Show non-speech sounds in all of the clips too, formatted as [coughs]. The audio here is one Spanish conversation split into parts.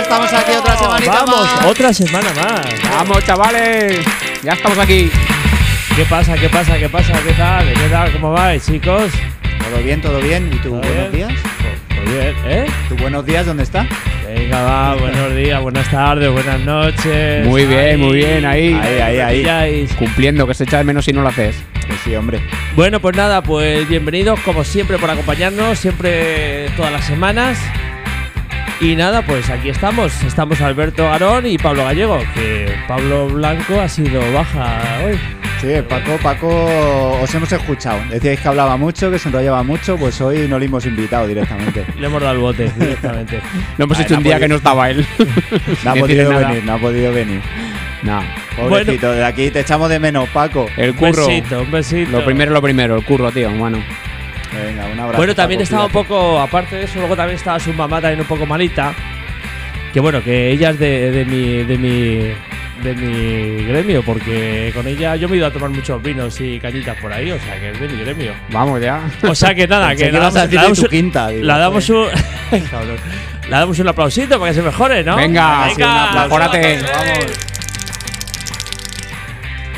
estamos aquí otra semanita Vamos, más. otra semana más. Vamos, chavales. Ya estamos aquí. ¿Qué pasa? ¿Qué pasa? ¿Qué pasa? ¿Qué tal? ¿Qué tal? ¿Cómo vais, chicos? Todo bien, todo bien. ¿Y tú, ¿Todo buenos bien? días? Pues bien, ¿eh? ¿Tu buenos días dónde está? Venga, va, buenos días, buenas tardes, buenas noches. Muy bien, muy bien, ahí. Ahí, ahí, ahí. pilláis. Cumpliendo, que se echa de menos si no lo haces. Que sí, hombre. Bueno, pues nada, pues bienvenidos como siempre por acompañarnos, siempre todas las semanas. Y nada, pues aquí estamos. Estamos Alberto Garón y Pablo Gallego, que Pablo Blanco ha sido baja hoy. Sí, Paco, Paco, os hemos escuchado. Decíais que hablaba mucho, que se enrollaba mucho, pues hoy no le hemos invitado [laughs] directamente. Le hemos dado el bote directamente. Lo hemos Ay, hecho no un día podía- que no [laughs] estaba él. No ha Ni decirle podido nada. venir, no ha podido venir. No. Pobrecito, de aquí te echamos de menos, Paco. [laughs] El un curro. besito, un besito. Lo primero, lo primero, el curro, tío, hermano. Venga, un abrazo. Bueno, también Paco, estaba un cuídate. poco, aparte de eso, luego también estaba su mamá también un poco malita. Que bueno, que ella es de, de mi, de mi, de mi gremio, porque con ella yo me he ido a tomar muchos vinos y cañitas por ahí, o sea que es de mi gremio. [laughs] Vamos ya. O sea que nada, Pensé Ah, que la que ibas a damos, decir la de damos tu un- quinta, digo, pues, la damos joder. [laughs] un, [laughs] Cabrón. la damos un aplausito para que se mejore, ¿no? Venga, sí, un aplauso. Mejórate. vamos.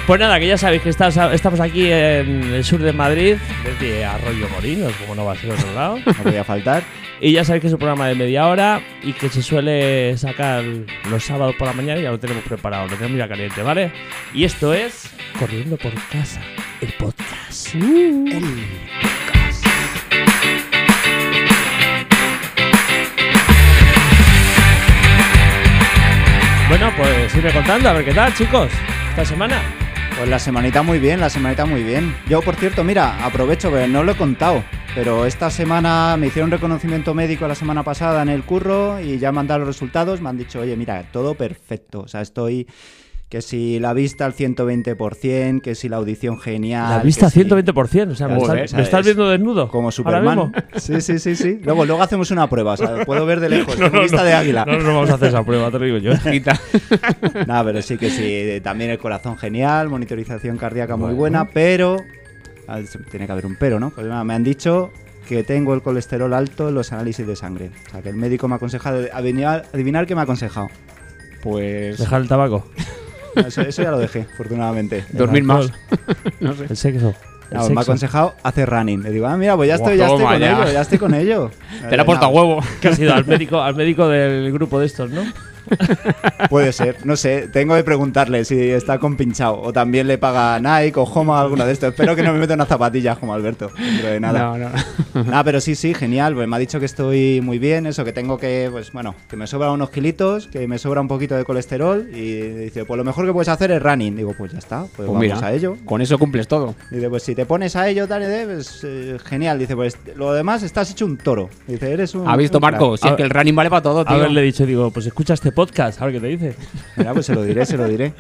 Pues nada, que ya sabéis que estás- estamos aquí en el sur de Madrid, desde Arroyo Morinos, como no va a ser otro lado. No podía faltar. Y ya sabéis que es un programa de media hora y que se suele sacar los sábados por la mañana y ya lo tenemos preparado, lo tenemos ya caliente, ¿vale? Y esto es Corriendo por Casa, el podcast. Bueno, pues irme contando, a ver qué tal, chicos, esta semana. Pues la semanita muy bien, la semanita muy bien. Yo, por cierto, mira, aprovecho que no lo he contado, pero esta semana me hicieron reconocimiento médico la semana pasada en el curro y ya me han dado los resultados, me han dicho, oye, mira, todo perfecto, o sea, estoy... Que si la vista al 120%, que si la audición genial... La vista que si- 120%, o sea, me, Joder, estás, me ¿sabes? estás viendo desnudo. Como ahora Superman. [laughs] mismo. Sí, sí, sí, sí. Luego, luego hacemos una prueba, o sea, puedo [laughs] ver de lejos, tengo vista de águila. No, no vamos a hacer esa prueba, te lo digo yo. Quita. No, pero sí que sí. También el corazón genial, monitorización cardíaca muy buena, pero. a ver, siempre Tiene que haber un pero, ¿no? Pues nada, me han dicho que tengo el colesterol alto en los análisis de sangre. O sea, que el médico me ha aconsejado. Adivinar, adivinar qué me ha aconsejado. Pues. Dejar el [laughs] tabaco. Eso, eso ya lo dejé, [laughs] afortunadamente. Dormir más. no sé. El sexo. El No, Ah, me ha sexo. aconsejado hacer running. Le digo, ah, mira, pues ya estoy, ya estoy Toma con ya. ello, ya estoy con ello. [laughs] Te la he puesto a No, [laughs] huevo. Que has ido al médico, al médico del grupo de estos, ¿no? Puede ser, no sé. Tengo que preguntarle si está compinchado o también le paga Nike o Homa alguno de estos. Espero que no me meta unas zapatillas como Alberto. Dentro de nada. No, no. Ah, pero sí, sí, genial. Pues me ha dicho que estoy muy bien, eso, que tengo que, pues bueno, que me sobran unos kilitos, que me sobra un poquito de colesterol. Y dice, pues lo mejor que puedes hacer es running. Digo, pues ya está, pues, Pues vamos mira, a ello. con eso cumples todo. Dice, pues si te pones a ello, tal y de, pues eh, genial. Dice, pues lo demás estás hecho un toro. Dice, eres un. ¿Ha visto un crack. Ah, Marco? Si A es ver- que el running vale para todo, tío. Haberle dicho, digo, pues escucha este podcast, a ver qué te dice. Mira, pues se lo diré, se lo diré.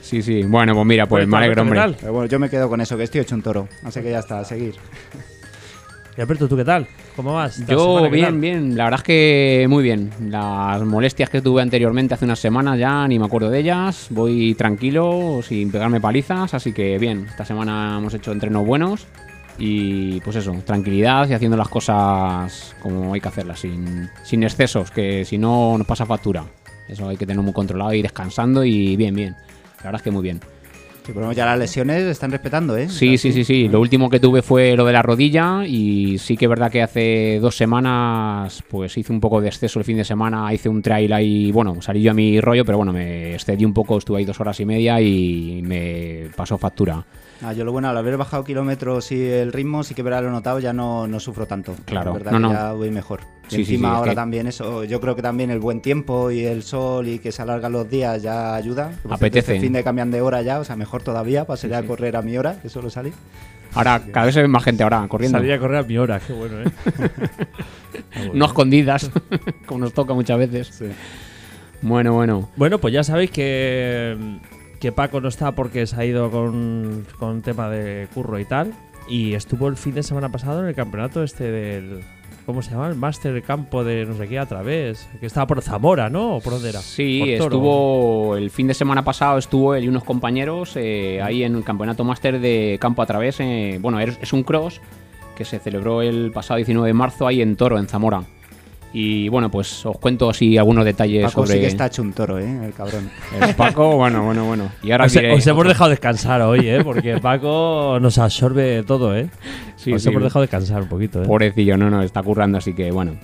Sí, sí. Bueno, pues mira, pues Bueno, me alegro, ¿qué hombre. tal? Pero bueno, yo me quedo con eso, que estoy hecho un toro. Así que ya está, a seguir. Y Alberto, ¿tú qué tal? ¿Cómo vas? ¿Esta semana Yo qué tal? bien, bien, la verdad es que muy bien. Las molestias que tuve anteriormente hace unas semanas ya ni me acuerdo de ellas. Voy tranquilo, sin pegarme palizas, así que bien. Esta semana hemos hecho entrenos buenos y pues eso, tranquilidad y haciendo las cosas como hay que hacerlas, sin, sin excesos, que si no nos pasa factura. Eso hay que tener muy controlado y descansando y bien, bien. La verdad es que muy bien. Sí, pero ya las lesiones están respetando, ¿eh? Sí, sí, sí, sí. Lo último que tuve fue lo de la rodilla y sí que es verdad que hace dos semanas pues hice un poco de exceso el fin de semana, hice un trail ahí, bueno, salí yo a mi rollo, pero bueno, me excedí un poco, estuve ahí dos horas y media y me pasó factura. Ah, yo lo bueno, al haber bajado kilómetros y el ritmo, sí que verá lo he notado, ya no, no sufro tanto. Claro, La verdad no, que no. ya voy mejor. Y Sí, sí, encima sí, es ahora que- también eso, yo creo que también el buen tiempo y el sol y que se alargan los días ya ayuda. Que, por cierto, Apetece. Este fin de cambian de hora ya, o sea, mejor todavía, pasaré a correr a mi hora, que solo salí. Ahora cada vez se ve más gente ahora corriendo, Salí a correr a mi hora, qué bueno, [laughs] ¿eh? Ah, no escondidas, [laughs] como nos toca muchas veces. Bueno, bueno. Bueno, pues ya sabéis que, que Paco no está porque se ha ido con, con tema de curro y tal. Y estuvo el fin de semana pasado en el campeonato este del... ¿Cómo se llama? El máster de campo de no sé qué a través. Que estaba por Zamora, ¿no? ¿O por dónde era? Sí, Por Toro. estuvo el fin de semana pasado, estuvo él y unos compañeros eh, ahí en el campeonato máster de campo a través. eh, bueno, es, es un cross que se celebró el pasado 19 de marzo ahí en Toro, en Zamora. Y bueno, pues os cuento así algunos detalles Paco sobre sí que está hecho un toro, ¿eh? El [laughs] cabrón. el Paco. Bueno, bueno, bueno. Y ahora Os, diré- os hemos dejado descansar hoy, ¿eh? Porque Paco nos absorbe todo, ¿eh? Sí, os sí. hemos dejado descansar un poquito, ¿eh? Pobrecillo, no, no, está currando, así que bueno.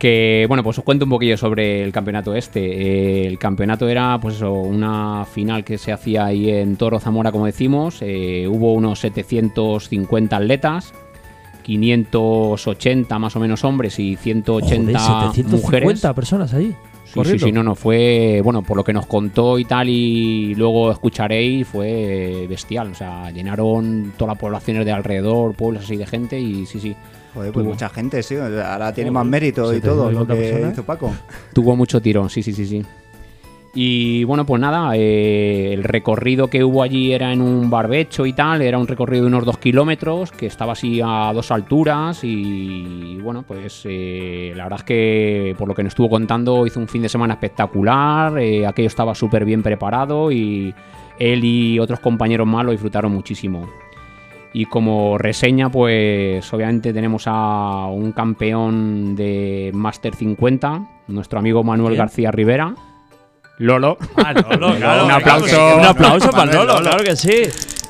Que bueno, pues os cuento un poquillo sobre el campeonato este. Eh, el campeonato era, pues eso, una final que se hacía ahí en Toro Zamora, como decimos. Eh, hubo unos 750 atletas, 580 más o menos hombres y 180 Joder, 750 mujeres. personas allí. Sí, sí, corriendo. sí, no, no, fue, bueno, por lo que nos contó y tal, y luego escucharéis, fue bestial. O sea, llenaron todas las poblaciones de alrededor, pueblos así de gente, y sí, sí, Joder, pues Tuvo. mucha gente, sí. Ahora tiene Joder, más mérito y 750 todo lo que personas. hizo Paco. Tuvo mucho tirón, sí, sí, sí, sí. Y bueno, pues nada, eh, el recorrido que hubo allí era en un barbecho y tal, era un recorrido de unos dos kilómetros, que estaba así a dos alturas y bueno, pues eh, la verdad es que por lo que nos estuvo contando hizo un fin de semana espectacular, eh, aquello estaba súper bien preparado y él y otros compañeros más lo disfrutaron muchísimo. Y como reseña, pues obviamente tenemos a un campeón de Master 50, nuestro amigo Manuel Bien. García Rivera. Lolo. [laughs] Ah, Lolo, claro. Un aplauso. claro que sí. Un aplauso para Manuel, Lolo, Lolo. claro que sí.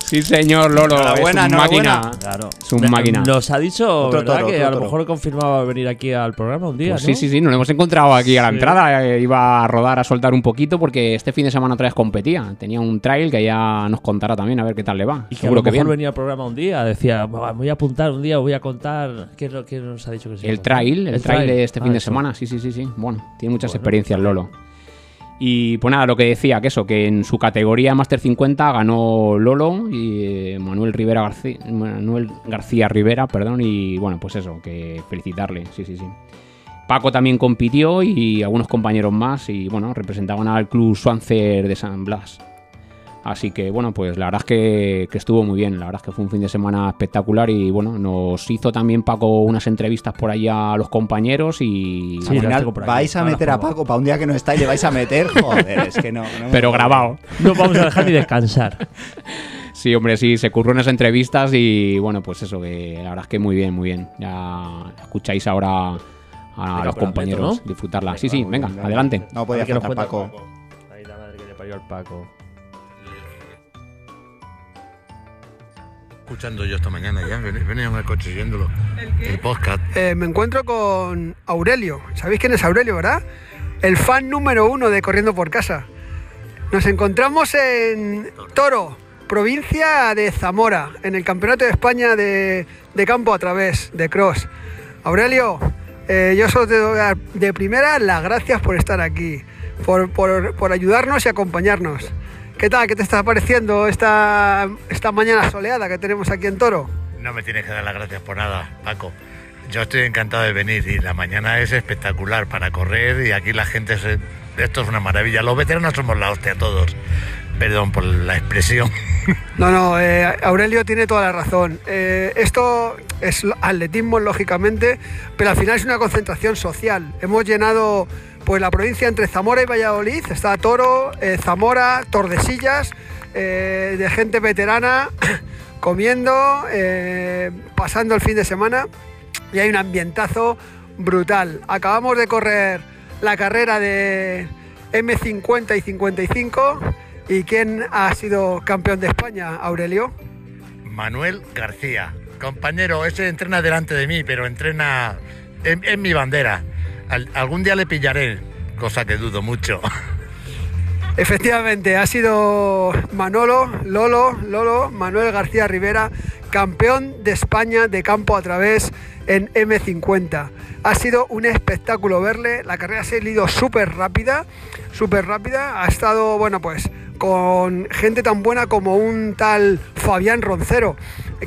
Sí, señor, Lolo. Enhorabuena, es un máquina. enhorabuena. Claro. Es un máquina. Nos ha dicho, Otro ¿verdad? toro, que otro a lo toro. mejor confirmaba venir aquí al programa un día, Pues ¿no? sí, sí, sí, nos lo hemos encontrado aquí a la Sí. entrada. eh, Iba a rodar, a soltar un poquito, porque este fin de semana otra vez competía. Tenía un trail que ya nos contará también, a ver qué tal le va. Y que a Seguro lo que mejor bien. venía al programa un día, decía, "Va, voy a apuntar un día, voy a contar qué es lo que nos ha dicho que sí. El trail, el, trail, de este Ah, fin de eso. semana, sí, sí, sí, sí. Bueno, tiene muchas Bueno, experiencias Lolo. Y pues nada, lo que decía, que eso, que en su categoría Master 50 ganó Lolo y eh, Manuel Rivera García, Manuel García Rivera, perdón, y bueno, pues eso, que felicitarle, sí, sí, sí. Paco también compitió y algunos compañeros más y bueno, representaban al club Swancer de San Blas. Así que bueno, pues la verdad es que, que estuvo muy bien, la verdad es que fue un fin de semana espectacular y bueno, nos hizo también Paco unas entrevistas por ahí a los compañeros y... Sí, Al las final tengo por aquí, vais a ahora las meter a pongo. Paco para un día que no estáis, le vais a meter. Joder, es que no. [laughs] no me- Pero grabado. No vamos a dejar ni descansar. Sí, hombre, sí, se curró unas entrevistas y bueno, pues eso, que la verdad es que muy bien, muy bien. Ya escucháis ahora a Venga, los por el compañeros reto, ¿no? disfrutarla. Venga, sí, sí, vamos, venga, venga. adelante. No podía A ver qué nos faltar cuenta Paco. Ahí la madre que le parió al Paco. escuchando yo esta mañana ya, ven- venía en el coche yéndolo. El podcast. Eh, me encuentro con Aurelio. ¿Sabéis quién es Aurelio, verdad? El fan número uno de Corriendo por Casa. Nos encontramos en Toro, provincia de Zamora, en el Campeonato de España de, de campo a través de Cross. Aurelio, eh, yo solo te doy a- de primera las gracias por estar aquí, por, por- por ayudarnos y acompañarnos. ¿Qué tal? ¿Qué te está pareciendo esta, esta mañana soleada que tenemos aquí en Toro? No me tienes que dar las gracias por nada, Paco. Yo estoy encantado de venir y la mañana es espectacular para correr y aquí la gente se... Esto es una maravilla. Los veteranos somos la hostia todos. Perdón por la expresión. [laughs] No, no, eh, Aurelio tiene toda la razón. Eh, esto es lo- atletismo, lógicamente, pero al final es una concentración social. Hemos llenado pues, la provincia entre Zamora y Valladolid, está Toro, eh, Zamora, Tordesillas, eh, de gente veterana, [coughs] comiendo, eh, pasando el fin de semana y hay un ambientazo brutal. Acabamos de correr la carrera de M50 y 55. ¿Y quién ha sido campeón de España, Aurelio? Manuel García. Compañero, ese entrena delante de mí, pero entrena en, en mi bandera. Al- algún día le pillaré, cosa que dudo mucho. [laughs] Efectivamente, ha sido Manolo, Lolo, Lolo, Manuel García Rivera, campeón de España de campo a través en M50. Ha sido un espectáculo verle, la carrera se ha ido súper rápida, súper rápida, ha estado, bueno, pues con gente tan buena como un tal Fabián Roncero,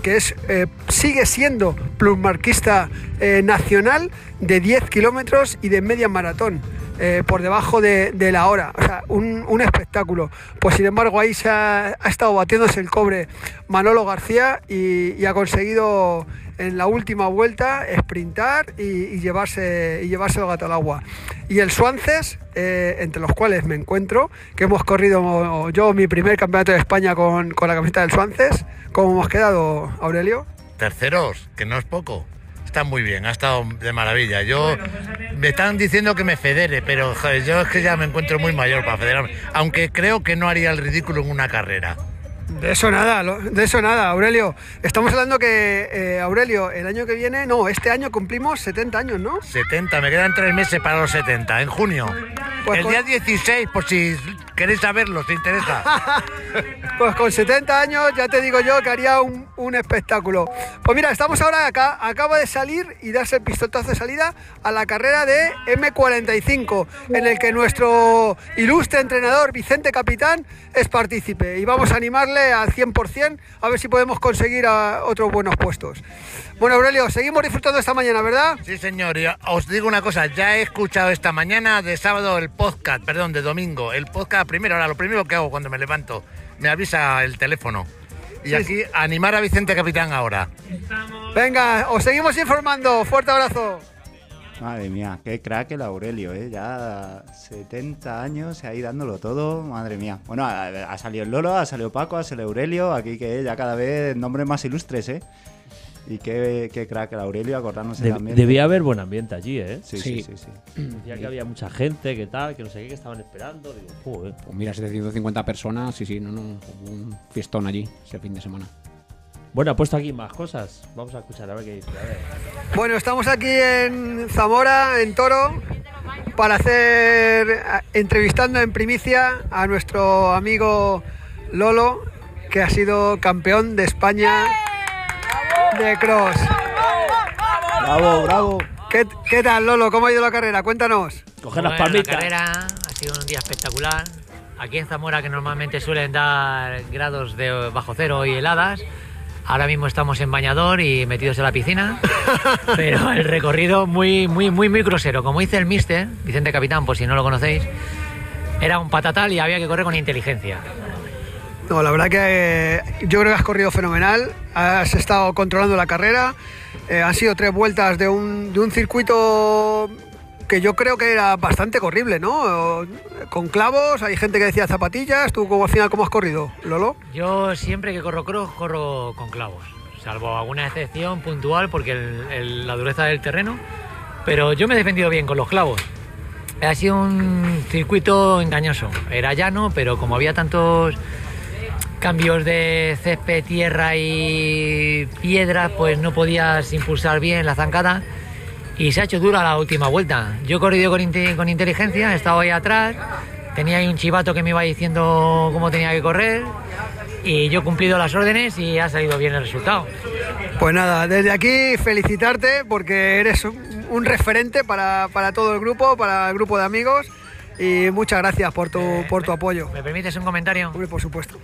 que es, eh, sigue siendo plusmarquista eh, nacional de 10 kilómetros y de media maratón eh, por debajo de, de la hora. O sea, un, un espectáculo. Pues sin embargo, ahí se ha, ha estado batiéndose el cobre Manolo García y, y ha conseguido en la última vuelta sprintar y, y llevarse, y llevarse el gato al agua. Y el Suances, eh, entre los cuales me encuentro, que hemos corrido yo mi primer campeonato de España con, con la camiseta del Suances. ¿Cómo hemos quedado, Aurelio? Terceros, que no es poco. Está muy bien, ha estado de maravilla. Yo pues me están diciendo que me federe, pero joder, yo es que ya me encuentro muy mayor para federarme. Aunque creo que no haría el ridículo en una carrera. De eso nada, lo- de eso nada, Aurelio. Estamos hablando que, eh, Aurelio, el año que viene, no, este año cumplimos 70 años, ¿no? 70, me quedan tres meses para los 70, en junio. Pues el con- día 16, por si queréis saberlo, si interesa. Pues con 70 años ya te digo yo que haría un, un espectáculo. Pues mira, estamos ahora acá, acaba de salir y darse el pistotazo de salida a la carrera de M45, en el que nuestro ilustre entrenador Vicente Capitán es partícipe. Y vamos a animarle al 100% a ver si podemos conseguir a otros buenos puestos. Bueno, Aurelio, seguimos disfrutando esta mañana, ¿verdad? Sí, señor, y os digo una cosa, ya he escuchado esta mañana de sábado el podcast, perdón, de domingo, el podcast a primera hora, lo primero que hago cuando me levanto, me avisa el teléfono. Y aquí, animar a Vicente Capitán ahora. Venga, os seguimos informando. Fuerte abrazo. Madre mía, qué crack el Aurelio, ¿eh? Ya 70 años ahí dándolo todo, madre mía. Bueno, ha, ha salido el Lolo, ha salido Paco, ha salido Aurelio, aquí que ya cada vez nombres más ilustres, ¿eh? Y qué, qué crack el Aurelio, acordándose Deb- también. debía haber buen ambiente allí, ¿eh? Sí, sí, Sí. sí, sí. Decía que había mucha gente, que tal, que no sé qué, que estaban esperando. Digo, joder. Pues mira, 750 personas, sí, sí, no, no, hubo un fiestón allí ese fin de semana. Bueno, ha puesto aquí más cosas. Vamos a escuchar a ver qué dice. A ver. Bueno, estamos aquí en Zamora, en Toro, para hacer a- entrevistando en primicia a nuestro amigo Lolo, que ha sido campeón de España de cross. Bravo, bravo. ¿Qué, qué tal, Lolo? ¿Cómo ha ido la carrera? Cuéntanos. Coger las Bueno, la palmitas. carrera ha sido un día espectacular. Aquí en Zamora, que normalmente suelen dar grados de bajo cero y heladas, ahora mismo estamos en bañador y metidos en la [laughs] piscina. Pero el recorrido muy, muy, muy, muy grosero. Como dice el mister, Vicente Capitán, por si no lo conocéis, era un patatal y había que correr con inteligencia. No, la verdad que eh, yo creo que has corrido fenomenal, has estado controlando la carrera, eh, han sido tres vueltas de un, de un circuito que yo creo que era bastante corrible, ¿no? Eh, Con clavos, hay gente que decía zapatillas, tú cómo- al final cómo has corrido, Lolo. Yo siempre que corro cross, corro con clavos, salvo alguna excepción puntual porque el- el- la dureza del terreno, pero yo me he defendido bien con los clavos. Ha sido un circuito engañoso, era llano, pero como había tantos cambios de césped, tierra y piedras, pues no podías impulsar bien la zancada y se ha hecho dura la última vuelta. Yo he corrido con, inte- con inteligencia, he estado ahí atrás, tenía ahí un chivato que me iba diciendo cómo tenía que correr y yo he cumplido las órdenes y ha salido bien el resultado. Pues nada, desde aquí felicitarte porque eres un, un referente para, para todo el grupo, para el grupo de amigos y muchas gracias por tu, por tu apoyo. ¿Me permites un comentario? Hombre, por supuesto.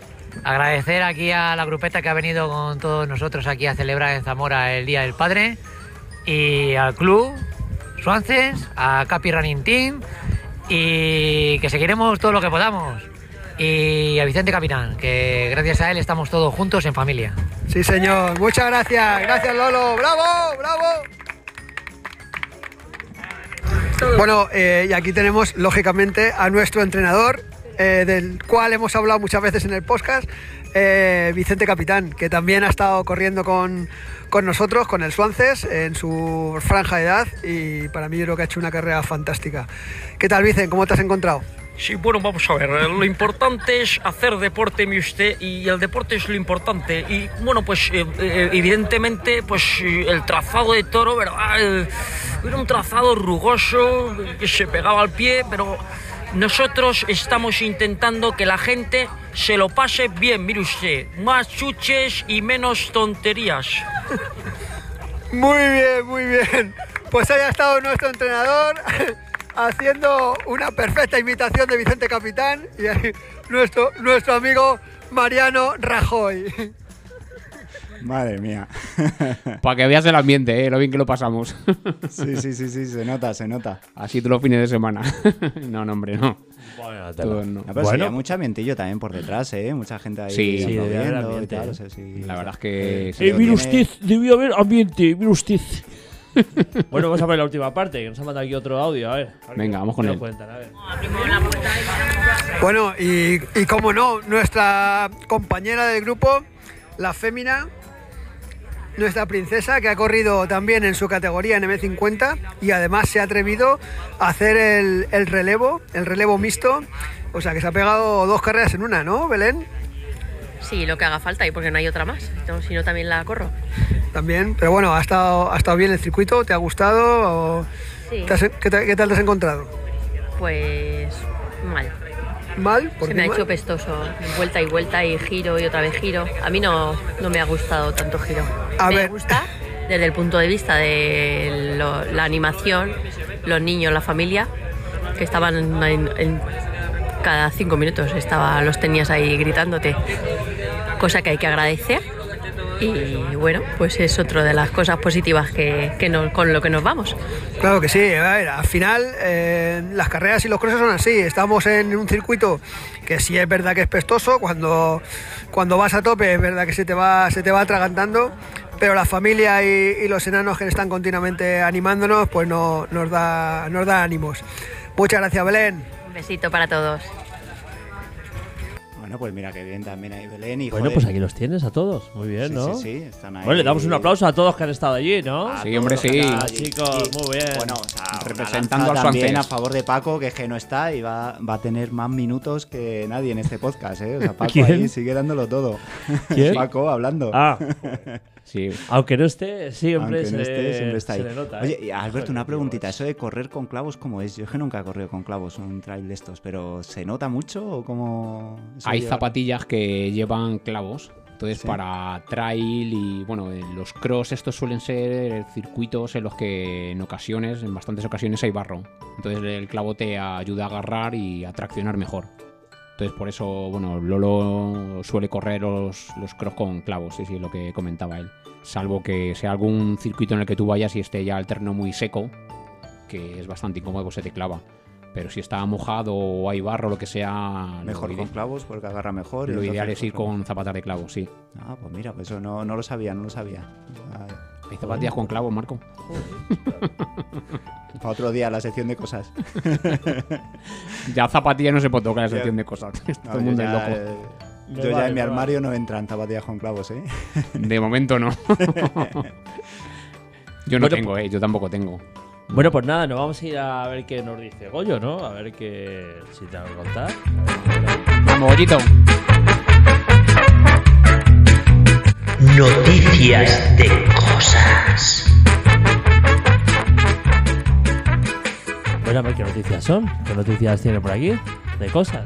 Agradecer aquí a la grupeta que ha venido con todos nosotros aquí a celebrar en Zamora el Día del Padre y al club Suances, a Capi Running Team y que seguiremos todo lo que podamos. Y a Vicente Capitán, que gracias a él estamos todos juntos en familia. Sí, señor. Muchas gracias. Gracias, Lolo. ¡Bravo! ¡Bravo! Bueno, eh, y aquí tenemos, lógicamente, a nuestro entrenador, eh, del cual hemos hablado muchas veces en el podcast, eh, Vicente Capitán, que también ha estado corriendo con, con nosotros, con el Suances, en su franja de edad, y para mí yo creo que ha hecho una carrera fantástica. ¿Qué tal, Vicente? ¿Cómo te has encontrado? Sí, bueno, vamos a ver. eh, Lo importante es hacer deporte, mi usted, y el deporte es lo importante. Y bueno, pues eh, eh, evidentemente, pues eh, el trazado de toro, ¿verdad? Eh, Era un trazado rugoso eh, que se pegaba al pie, pero nosotros estamos intentando que la gente se lo pase bien, mire usted. Más chuches y menos tonterías. Muy bien, muy bien. Pues ahí ha estado nuestro entrenador [laughs] haciendo una perfecta imitación de Vicente Capitán y ahí nuestro, nuestro amigo Mariano Rajoy. Madre mía. [laughs] Para que veas el ambiente, ¿eh? lo bien que lo pasamos. Sí, sí, sí, sí, se nota, se nota. Así todos los fines de semana. [laughs] no, no, hombre, no. Bueno, te Todo lo- no. No, pero sí, Bueno. hay mucho ambientillo también por detrás, ¿eh? Mucha gente ahí Sí. Sí, debe haber aplaudiendo y ambiente, tal, ¿eh? o sea, sí. La verdad es que... Sí. Eh, mire tiene- usted, debió haber ambiente, mire usted. [laughs] bueno, vamos a ver la última parte, que nos ha mandado aquí otro audio, a ver. A ver Venga, qué- vamos con qué nos él. cuentan, a ver. Bueno, y, y cómo no, nuestra compañera del grupo, la fémina, nuestra princesa que ha corrido también en su categoría en M50 y además se ha atrevido a hacer el, el relevo, el relevo mixto. O sea que se ha pegado dos carreras en una, ¿no, Belén? Sí, lo que haga falta y porque no hay otra más. No, si no, también la corro. También. Pero bueno, ha estado, ha estado bien el circuito, ¿te ha gustado? o Sí. te has- qué, tal- qué tal te has encontrado? Pues mal. ¿Mal? ¿Por qué Se me ha mal? hecho pestoso. Vuelta y vuelta y giro y otra vez giro. A mí no, no me ha gustado tanto giro. A me ver. gusta desde el punto de vista de lo- la animación, los niños, la familia, que estaban en- en- cada cinco minutos estaba, los tenías ahí gritándote. Cosa que hay que agradecer. Y bueno, pues es otra de las cosas positivas que, que no- con lo que nos vamos. Claro que sí, a ver, al final eh, las carreras y los crosses son así, estamos en un circuito que sí es verdad que es pestoso, cuando, cuando vas a tope es verdad que se te va, se te va atragantando, pero la familia y, y los enanos que están continuamente animándonos, pues no, nos, da, nos da ánimos. Muchas gracias Belén. Un besito para todos. Bueno, pues mira que bien también ahí Belén y Bueno, joder, pues aquí los tienes a todos. Muy bien, sí, ¿no? sí, sí, están ahí. Bueno, le damos un aplauso a todos que han estado allí, ¿no? A Sí, todos hombre, los sí. que están Ah, allí. chicos, muy bien. Bueno, o sea, una Representando lanza al también a Swansea. favor de Paco, que es que no está y va, va a tener más minutos que nadie en este podcast, ¿eh? O sea, Paco ¿Quién? ahí sigue dándolo todo. [laughs] ¿Quién? Paco hablando. Ah, Sí. aunque no esté, siempre, Aunque no se, esté, siempre está se ahí. le nota. Oye, ¿eh? y Alberto, Joder, una tío, preguntita. Eso de correr con clavos, ¿cómo es? Yo es que nunca he corrido con clavos un trail de estos, pero ¿se nota mucho o cómo...? eso Hay lleva- zapatillas que llevan clavos. Entonces, Sí. para trail y bueno, en los cross, estos suelen ser circuitos en los que en ocasiones, en bastantes ocasiones, hay barro. Entonces, el clavo te ayuda a agarrar y a traccionar mejor. Entonces, por eso, bueno, Lolo suele correr los, los cross con clavos, sí, sí, es lo que comentaba él. Salvo que sea algún circuito en el que tú vayas y esté ya el terreno muy seco, que es bastante incómodo, pues se te clava. Pero si está mojado o hay barro, lo que sea, lo Mejor ide- con clavos porque agarra mejor. y lo entonces ideal es ir corre. con zapatas de clavo, sí. Ah, pues mira, pues eso no, no lo sabía, no lo sabía. Ah, ¿Hay zapatillas con clavo, Marco? Para otro día la sección de cosas. Ya zapatillas no se puede tocar la sección Ya. de cosas. No, [laughs] Todo el yo mundo es ya, [laughs] loco. eh, Me yo ya vale, en mi me vale. armario no entran zapatillas con clavos, ¿eh? De momento no. Yo no Bueno, tengo, eh. Yo tampoco tengo. Bueno, pues nada, nos vamos a ir a ver qué nos dice Goyo, ¿no? A ver qué. si te van a contar. Vamos, Gollito. Noticias de cosas. Bueno, a ver qué noticias son. ¿Qué noticias tiene por aquí? De cosas.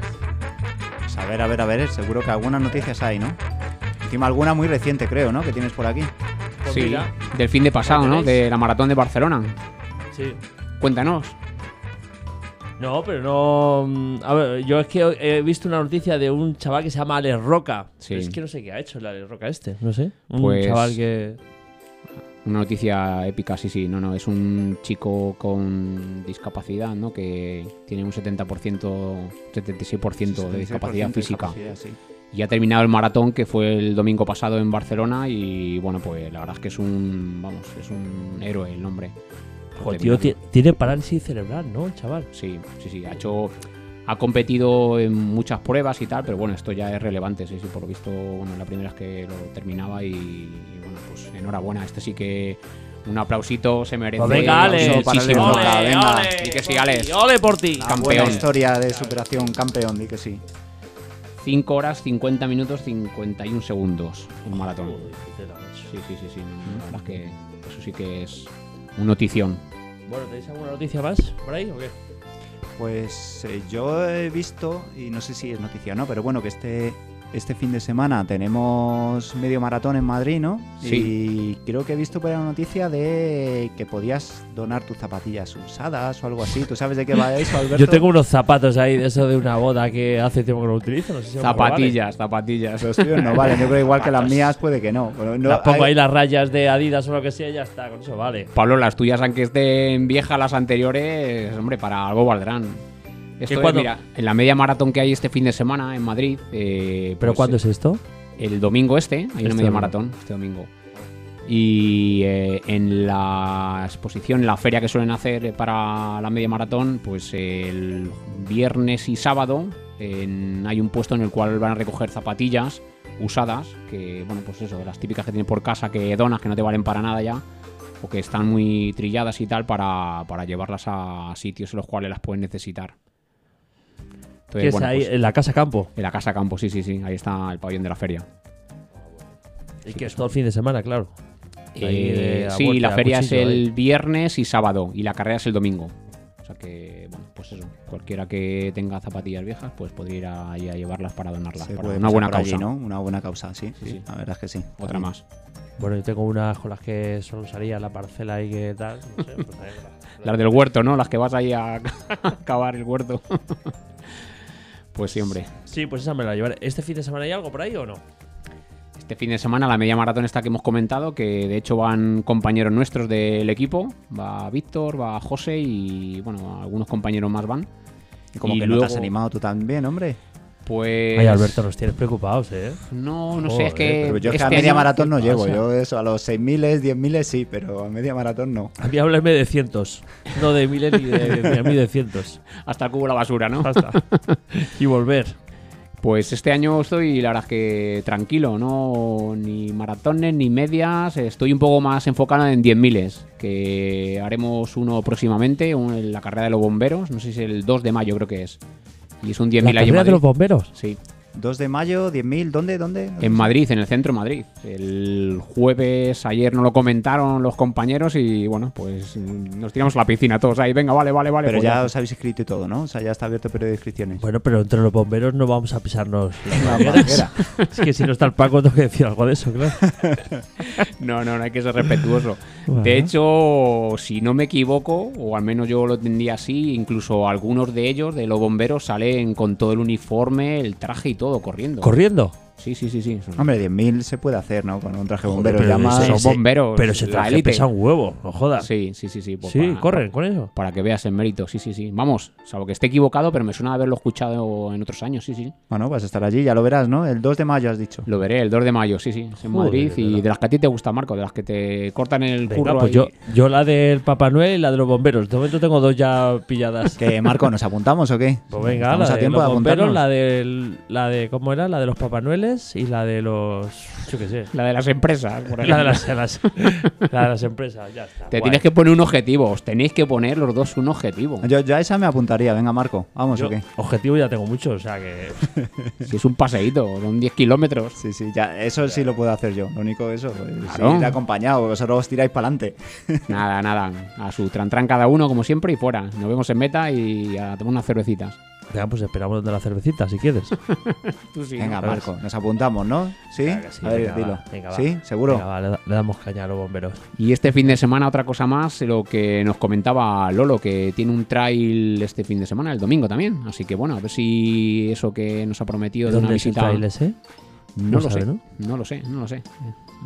Pues a ver, a ver, a ver, seguro que algunas noticias hay, ¿no? Encima alguna muy reciente, creo, ¿no? Que tienes por aquí. Pues Sí, mira, del fin de pasado, la ¿no? tenéis. De la maratón de Barcelona. sí. Cuéntanos. No, pero no. mm, A ver, yo es que he visto una noticia de un chaval que se llama Alex Roca. Sí. Es que no sé qué ha hecho el Alex Roca este, no sé. Un Pues- chaval que. Una noticia épica, sí, sí. No, no, es un chico con discapacidad, ¿no? Que tiene un 70%, 76% de 66% discapacidad de física. discapacidad, sí. Y ha terminado el maratón que fue el domingo pasado en Barcelona y bueno, pues la verdad es que es un, vamos, es un héroe el nombre. Joder, tío, ti- tiene parálisis cerebral, ¿no? El chaval. Sí, sí, sí, ha hecho ha competido en muchas pruebas y tal, pero bueno, esto ya es relevante, sí, sí, por lo visto, bueno, la primera es que lo terminaba y, y, bueno, pues enhorabuena, este sí que un aplausito se merece. Pues venga, un Alex. para muchísimo. Alex Roca, venga. Di que sí, Alex. ¡Ole por ti! La Campeón. buena historia de superación, campeón, di que sí. 5 horas, 50 minutos, 51 segundos un maratón. Joder, qué tela, macho. Sí, sí, sí, Mm. sí, la verdad es que eso sí que es un notición. Bueno, ¿tenéis alguna noticia más por ahí o qué? Pues eh, yo he visto, y no sé si es noticia o no, pero bueno, que este, este fin de semana tenemos medio maratón en Madrid, ¿no? Sí. Y creo que he visto por ahí una noticia de que podías donar tus zapatillas usadas o algo así. ¿Tú sabes de qué va [laughs] eso, Alberto? Yo tengo unos zapatos ahí de eso de una boda que hace tiempo que no utilizo. No sé si me vale. Zapatillas, zapatillas. Los tuyos Pues, no valen, yo creo igual que las mías puede que no. Bueno, no Las pongo hay- ahí las rayas de Adidas o lo que sea y ya está, con eso vale. Pablo, las tuyas, aunque estén viejas las anteriores, hombre, para algo valdrán. Esto es, cuándo? mira, en la media maratón que hay este fin de semana en Madrid. eh, ¿Pero pues, cuándo es esto? El domingo este, hay Este una media domingo. maratón este domingo. Y eh, en la exposición, la feria que suelen hacer para la media maratón, pues el viernes y sábado en- hay un puesto en el cual van a recoger zapatillas usadas, que bueno, pues eso, las típicas que tienes por casa que donas, que no te valen para nada ya, o que están muy trilladas y tal para, para llevarlas a sitios en los cuales las puedes necesitar. Que Entonces, es bueno, ahí pues, en la casa campo. en la casa campo, sí, sí, sí, ahí está el pabellón de la feria. Y que es todo el fin de semana, claro. Ahí de Eh, a sí, muerte, la a feria es cuchillo, el ahí. viernes y sábado y la carrera es el domingo. O sea que, bueno, pues eso, cualquiera que tenga zapatillas viejas, pues podría ir ahí a llevarlas para donarlas. Se para puede una buena pasar por causa. allí, ¿no? Una buena causa, sí. Sí, sí, sí. La verdad es que sí. Otra más. Bueno, yo tengo unas con las que solo salía la parcela y que tal. No sé, pues ahí [laughs] me Las del huerto, ¿no? Las que vas ahí a [laughs] acabar el huerto. [laughs] pues sí, hombre. las- Sí, pues esa me la llevaré. ¿Este fin de semana hay algo por ahí o no? Este fin de semana la media maratón esta que hemos comentado, que de hecho van compañeros nuestros del equipo, va Víctor, va José y bueno, algunos compañeros más van. Y como Y que no te has luego- animado tú también, hombre. Pues Ay, Alberto, nos tienes preocupados, ¿eh? No, no sé, es Joder, que Pero yo es que este a media año- maratón no ¿qué llego. pasa? Yo eso, a los 6.000, 10.000 sí, pero a media maratón no. A mí háblame de cientos, no de miles ni de, ni a mí de cientos. [laughs] hasta el cubo de la basura, ¿no? Basta. Y volver. Pues este año estoy, la verdad es que tranquilo, no ni maratones ni medias, estoy un poco más enfocado en 10.000, que haremos uno próximamente, un- en la carrera de los bomberos, no sé si es el 2 de mayo creo que es. Y es un 10.000 ¿La allí en carrera de Madrid. los bomberos? Sí, 2 de mayo, 10.000, ¿dónde? ¿Dónde? ¿Dónde? en Madrid, en el centro de Madrid. El jueves, ayer no lo comentaron los compañeros y bueno, pues mm, nos tiramos a la piscina todos ahí, venga, vale, vale, vale. Pero pues ya ya. os habéis inscrito y todo, ¿no? O sea, ya está abierto el periodo de inscripciones. Bueno, pero entre los bomberos no vamos a pisarnos las La madrigueras. [laughs] Es que si no está el Paco tengo que decir algo de eso, claro. No, no, no hay que ser respetuoso. Bueno. De hecho, si no me equivoco, o al menos yo lo entendía así, incluso algunos de ellos, de los bomberos, salen con todo el uniforme, el traje y todo, corriendo. Corriendo. sí, sí, sí, sí. Ah, Son, Hombre, 10.000 se puede hacer, ¿no? Con un traje bombero pero ya más. eso- son ese- bomberos. Pero se la traje élite. pesa un huevo, no jodas. Sí, Sí, sí, sí, sí. pues para- corren con eso. Para que veas el mérito, sí, sí, sí. Vamos, salvo que esté equivocado, pero me suena de haberlo escuchado en otros años, sí, sí. Bueno, vas a estar allí, ya lo verás, ¿no? El 2 de mayo has dicho. Lo veré el 2 de mayo, sí, sí. Es en Joder, Madrid. de Y verdad. de las que a ti te gusta, Marco, de las que te cortan el Venga, curro. pues ahí. yo, yo la del Papá Noel y la de los bomberos. De momento tengo dos ya pilladas. Que Marco, ¿nos apuntamos o qué? Pues venga, Estamos la a de tiempo los de bomberos, apuntarnos. la de, la de, ¿cómo era? La de los Papá Noeles y la de los, yo qué sé, La de las empresas, por la de ejemplo. las, las- la de las empresas, ya está. Te guay. tienes que poner un objetivo. Os tenéis que poner los dos un objetivo. Yo, yo a esa me apuntaría, venga Marco, vamos Yo o qué. objetivo ya tengo mucho, o sea que Si es un paseíto, son 10 kilómetros. Sí, sí, ya, eso sí lo puedo hacer yo. Lo único eso, pues, es Claro. ir acompañado, vosotros os tiráis para adelante. Nada, nada. A su trantrán cada uno, como siempre, y fuera. Nos vemos en meta y a tomar unas cervecitas. Venga, pues esperamos de la cervecita si quieres. Tú sí, venga, ¿no? Marco, nos apuntamos, ¿no? Sí, Claro que sí, a ver, venga, dilo. va, venga, va. sí, seguro. Venga, va, le, da- le damos caña a los bomberos. Y este fin de semana, otra cosa más, lo que nos comentaba Lolo, que tiene un trail este fin de semana, el domingo también. Así que bueno, a ver si eso que nos ha prometido de una ¿Dónde es el visita. trail ese? No No lo sabe, sé, ¿no? ¿no? lo sé, no lo sé.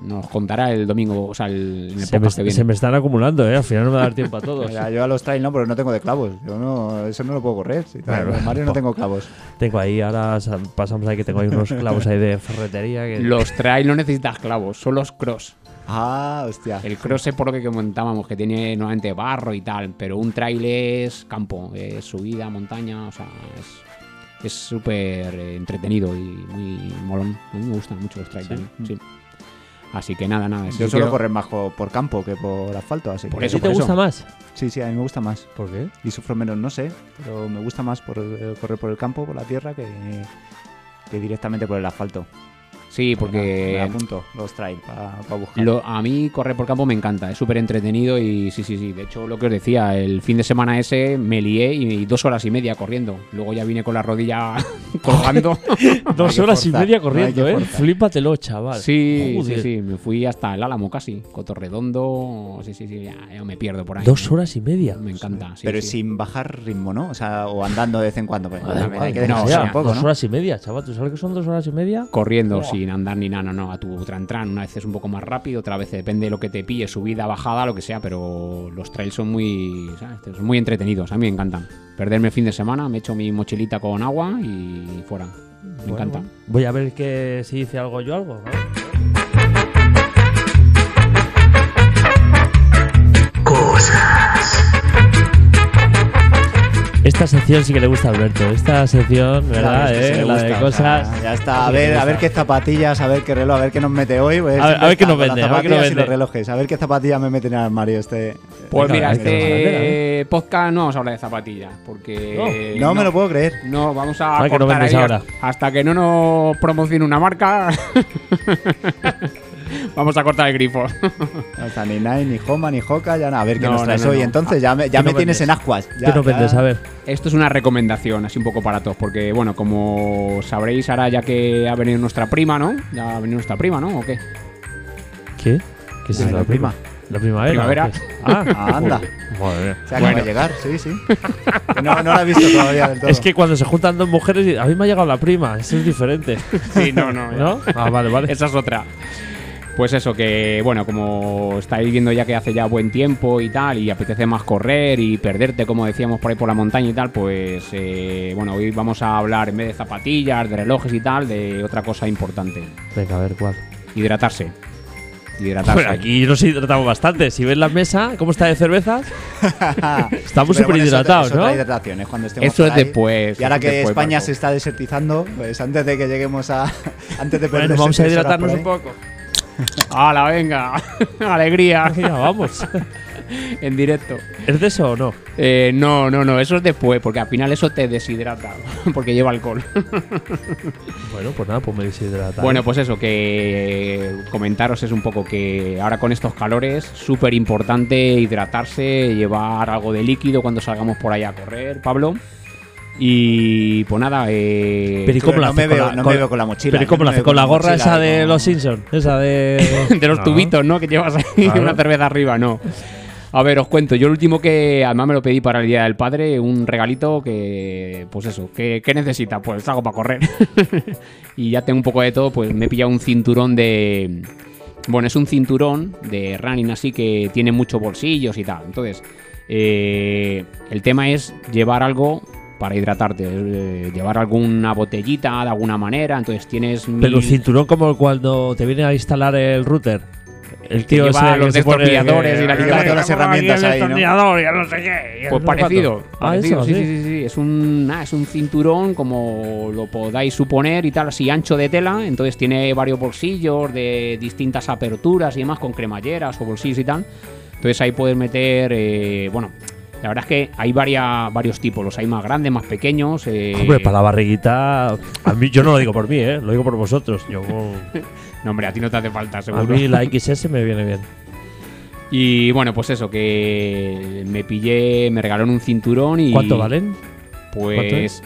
Nos contará el domingo, o sea, el, en el Se me, podcast que viene. se me están acumulando, ¿eh? Al final no me va a dar tiempo a [laughs] todos. Ya, yo a los trail no, porque no tengo de clavos. Yo no, eso no lo puedo correr. Si Claro. en Mario no tengo clavos. tengo ahí, ahora sa- pasamos ahí que tengo ahí unos clavos ahí de ferretería. Que... Los trail no necesitas clavos, son los cross. Ah, hostia. El cross es por lo que comentábamos, que tiene normalmente barro y tal, pero un trail es campo, es subida, montaña, o sea, es es súper eh, entretenido y muy molón. A mí me gustan mucho los trails también, sí. Así que nada, nada. ese Mm. Yo sitio- suelo correr más co- por campo que por asfalto, así Por ¿A que- eso, ti te gusta más? Sí, sí, a mí me gusta más. ¿Por qué? Y sufro menos, no sé, pero me gusta más por, eh, correr por el campo, por la tierra, que, que directamente por el asfalto. Sí, Me porque apunto los trail para buscar. lo- a mí correr por campo me encanta, es súper entretenido y sí, sí, sí. De hecho, lo que os decía, el fin de semana ese me lié y, y dos horas y media corriendo. Luego ya vine con la rodilla [laughs] colgando. [laughs] Dos que horas y media forzar, no hay que corriendo, ¿eh? forzar. Flípatelo, chaval. Sí, Joder. sí, sí, me fui hasta el Álamo casi, Cotorredondo, sí, sí, sí, ya, ya me pierdo por ahí. Dos horas y media. Me encanta, sí, pero sí. sin bajar ritmo, ¿no? O sea, o andando de vez en cuando. Pues, Madre también hay mía, que no, dejarse o sea, un poco, dos ¿no? horas y media, chaval. ¿Tú sabes que son dos horas y media? Corriendo sin andar ni nada, no, no, a tu trantrán, una vez es un poco más rápido, otra vez depende de lo que te pille, subida, bajada, lo que sea, pero los trails son muy, ¿sabes? Son muy entretenidos, a mí me encantan. Perderme el fin de semana, me echo mi mochilita con agua y fuera, me Bueno, encanta. bueno. Voy a ver que si dice algo yo algo. ¿no? cosas, Esta esta sección sí que le gusta a Alberto. Esta sección, ¿verdad? Claro, es eh? que sí le la gusta, de o sea, cosas. Ya está, Sí a que le ver, a gusta. ver qué zapatillas, a ver qué reloj, a ver qué nos mete hoy. pues, A ver- a siempre ver qué está nos con las vende, a ver qué nos zapatillas y los vende. relojes, a ver qué zapatillas me meten en el armario este. Pues Venga, mira, venga, este ¿eh? podcast no vamos a hablar de zapatillas, porque... No, me lo puedo creer. eh, No, vamos a Ahora que no cortar vendes ahí ahora. hasta que no nos promocione una marca. [laughs] vamos a cortar el grifo. [laughs] No está ni Nine, ni Homa, ni Hoka, ya nada. A ver qué No, nos traes no, no, hoy. no. Ah, Entonces, ya me, ya ¿Qué me nos tienes vendes? en ascuas. Ya, ¿Qué nos ya. vendes? A ver. Esto es una recomendación, así un poco para todos, porque bueno, como sabréis ahora ya que ha venido nuestra prima, ¿no? Ya ha venido nuestra prima, ¿no? ¿O [laughs] qué? ¿Qué? ¿Qué es Ay, eso? la prima. ¿La primavera? Primavera. ¿o qué? Ah, Ah, anda. madre mía. Se acaba de llegar, sí, [laughs] sí. Que No, no la he visto todavía del todo. [laughs] Es que cuando se juntan dos mujeres, y- a mí me ha llegado la prima, eso es [laughs] diferente. Sí, no, no. ya. ¿No? Ah, vale, vale. Esa es otra. Pues eso, que bueno, como estáis viendo ya que hace ya buen tiempo y tal, y apetece más correr y perderte, como decíamos, por ahí por la montaña y tal, pues eh, bueno, hoy vamos a hablar en vez de zapatillas, de relojes y tal, de otra cosa importante, Venga, a ver cuál. hidratarse. Hidratarse. Bueno, Pues aquí nos hidratamos bastante. Si ves la mesa, cómo está de cervezas, estamos Pero bueno, súper eso- hidratados, eso trae ¿no? hidratación, es cuando estemos Eso por es ahí. después. Y ahora que después, España Paco. se está desertizando, pues antes de que lleguemos a. [laughs] Antes de Bueno, perderse vamos a tres horas hidratarnos por un ahí. poco. ¡Hala, venga! [laughs] ¡Alegría! Ya, vamos. [laughs] en directo. ¿Es de eso o no? Eh, no, no, no, eso es después, porque al final eso te deshidrata, [laughs] porque lleva alcohol. Bueno, pues nada, pues me deshidrata. Bueno, pues eso, que comentaros es un poco que ahora con estos calores, súper importante hidratarse, llevar algo de líquido cuando salgamos por ahí a correr, Pablo. Y pues nada, eh, Pero ¿y cómo Pero lo pues, hace no me con veo- la- no con- me veo con la mochila, Pero ¿y no cómo lo me hace veo con con la la gorra mochila, esa de no. los Simpsons? Esa [laughs] [laughs] de. de los No. tubitos, ¿no? Que llevas ahí Claro. una cerveza arriba, no. A ver, os cuento, yo el último que además me lo pedí para el Día del Padre, un regalito que, pues eso, ¿qué, qué necesita? Pues algo para correr. [laughs] y ya tengo un poco de todo, pues me he pillado un cinturón de... Bueno, es un cinturón de running así que tiene muchos bolsillos y tal. Entonces, eh, el tema es llevar algo para hidratarte, eh, llevar alguna botellita de alguna manera, entonces tienes... mil- Pero un cinturón como cuando te viene a instalar el router. El tío lleva ese que los se pone- destornilladores y la que- Lleva todas las herramientas ahí, ¿no? Pues ¿no? parecido, ¿Cuánto? Ah, parecido, eso, sí, sí. sí, sí, sí. Es un, ah, es un cinturón, como lo podáis suponer, y tal, así ancho de tela. Entonces tiene varios bolsillos de distintas aperturas y demás, con cremalleras o bolsillos y tal. Entonces ahí puedes meter, eh, bueno, la verdad es que hay varia- varios tipos. Los hay más grandes, más pequeños. eh, Hombre, para la barriguita. A mí, yo no lo digo por mí, ¿eh? Lo digo por vosotros. [laughs] Yo, No, hombre, a ti no te hace falta, a seguro. mí la XS me viene bien. Y bueno, pues eso, que me pillé, me regalaron un cinturón y... ¿Cuánto valen? ¿Cuánto Pues es?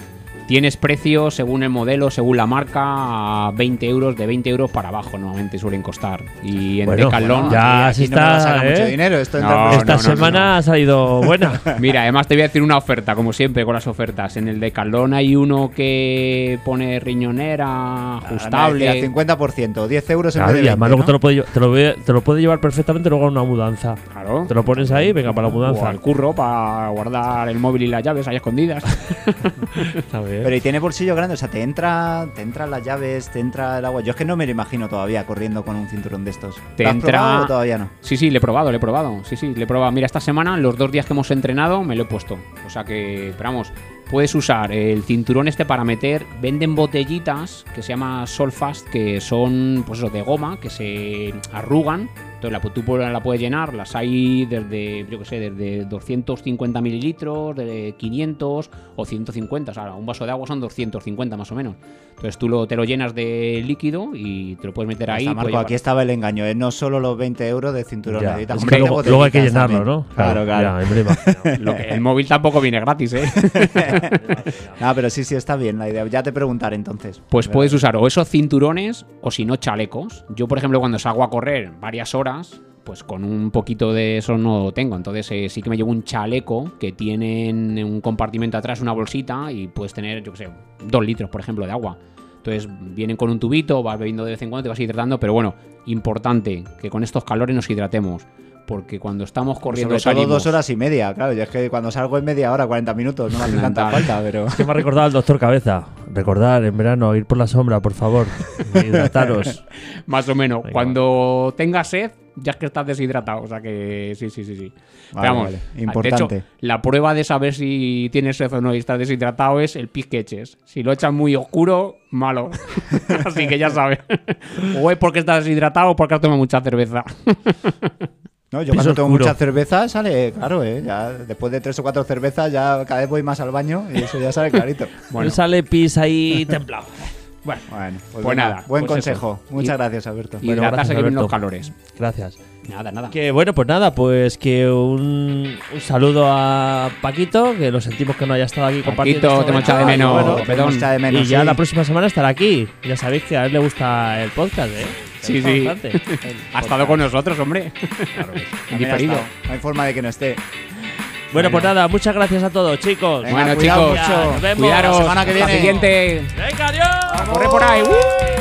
tienes precio según el modelo, según la marca, a 20 euros, de 20 euros para abajo normalmente suelen costar. Y en Bueno, Decathlon- bueno, Ya, Aquí sí no me va a está, sacar ¿eh? mucho dinero. Esto No, entra en- Esta no, no, semana no. ha salido [laughs] buena. Mira, además te voy a decir una oferta, como siempre con las ofertas. En el Decathlon hay uno que pone riñonera, Ah, Ahora me ajustable. decía 50%, 10 euros en Claro, vez y de además 20, luego te ¿no? lo, puede, lle- te, lo ve- te lo puede llevar perfectamente luego a una mudanza. Claro. Te lo pones ahí, venga, para la O mudanza. al curro para guardar el móvil y las llaves ahí escondidas. Está bien. Pero y tiene bolsillo grande, o sea, te entra, te entran las llaves, te entra el agua. Yo es que no me lo imagino todavía corriendo con un cinturón de estos. Te ¿Lo has entra- probado o todavía no? Sí, sí, le he probado, le he probado. Sí, sí, le he probado. Mira, esta semana, los dos días que hemos entrenado, me lo he puesto. O sea que, pero vamos, puedes usar el cinturón este para meter. Venden botellitas que se llama Solfast, que son, pues eso, de goma, que se arrugan. Entonces la, tú la puedes llenar, las hay desde, yo que sé, desde 250 mililitros, de 500 o 150. O sea, un vaso de agua son 250 más o menos. Entonces tú lo, te lo llenas de líquido y te lo puedes meter ahí. Está, puedes Marco, aquí llevar- estaba el engaño, ¿eh? no solo los 20 euros de cinturón. Ya. necesitas Es que comprar luego, botellitas luego hay que llenarlo, también. ¿no? Claro, claro. ya, me lo imagino. [laughs] Lo que- [laughs] el móvil tampoco viene gratis, ¿eh? Ah, pero sí, sí, está bien la idea. Ya te preguntaré entonces. [laughs] Pues Pero- puedes usar o esos cinturones o si no chalecos. Yo, por ejemplo, cuando salgo a correr varias horas, pues con un poquito de eso no tengo. Entonces eh, sí que me llevo un chaleco que tiene en un compartimento atrás una bolsita y puedes tener, yo qué sé, dos litros, por ejemplo, de agua. Entonces vienen con un tubito, vas bebiendo de vez en cuando, te vas hidratando, pero bueno, importante que con estos calores nos hidratemos. Porque cuando estamos corriendo Sobre todo salimos- dos horas y media, claro. Yo es que cuando salgo es media hora, 40 minutos, no me hace tanta Nada. falta, pero. Es que me ha recordado al doctor Cabeza. Recordar en verano, ir por la sombra, por favor. Hidrataros. Más o menos. Da igual. Cuando tengas sed, ya es que estás deshidratado. O sea que sí, sí, sí, sí. Vale, Pero vale, de importante. hecho, la prueba de saber si tienes sed o no y estás deshidratado es el pis que eches. Si lo echas muy oscuro, malo. [laughs] Así que ya sabes. o es porque estás deshidratado o porque has tomado mucha cerveza. No, yo cuando Piso tomo oscuro. muchas cervezas sale claro, ¿eh? Ya, después de tres o cuatro cervezas ya cada vez voy más al baño y eso ya sale clarito. Él sale pis ahí templado. bueno, [laughs] Bueno, pues, Pues venga, nada, buen pues consejo. eso. Muchas Y- gracias, Alberto. Y Bueno, hidratarse gracias, que vienen los Alberto. calores. gracias. Nada, nada. Que bueno, pues nada, pues que un, un saludo a Paquito, que lo sentimos que no haya estado aquí compartiendo. Paquito, este te hemos echado de momento, menos. pero bueno. Pedón. perdón. Está de menos, y ya sí. la próxima semana estará aquí. Ya sabéis que a él le gusta el podcast, ¿eh? [laughs] Sí, Es sí. importante. El [laughs] Ha podcast. estado con nosotros, hombre. [laughs] También ha diferido. estado. No hay forma de que no esté. Bueno, pues nada, muchas gracias a todos, chicos. Venga, bueno, cuidado chicos, mucho. Nos vemos. cuidaros. La semana que Hasta viene. siguiente. Venga, adiós. Corre por ahí. ¡Uh!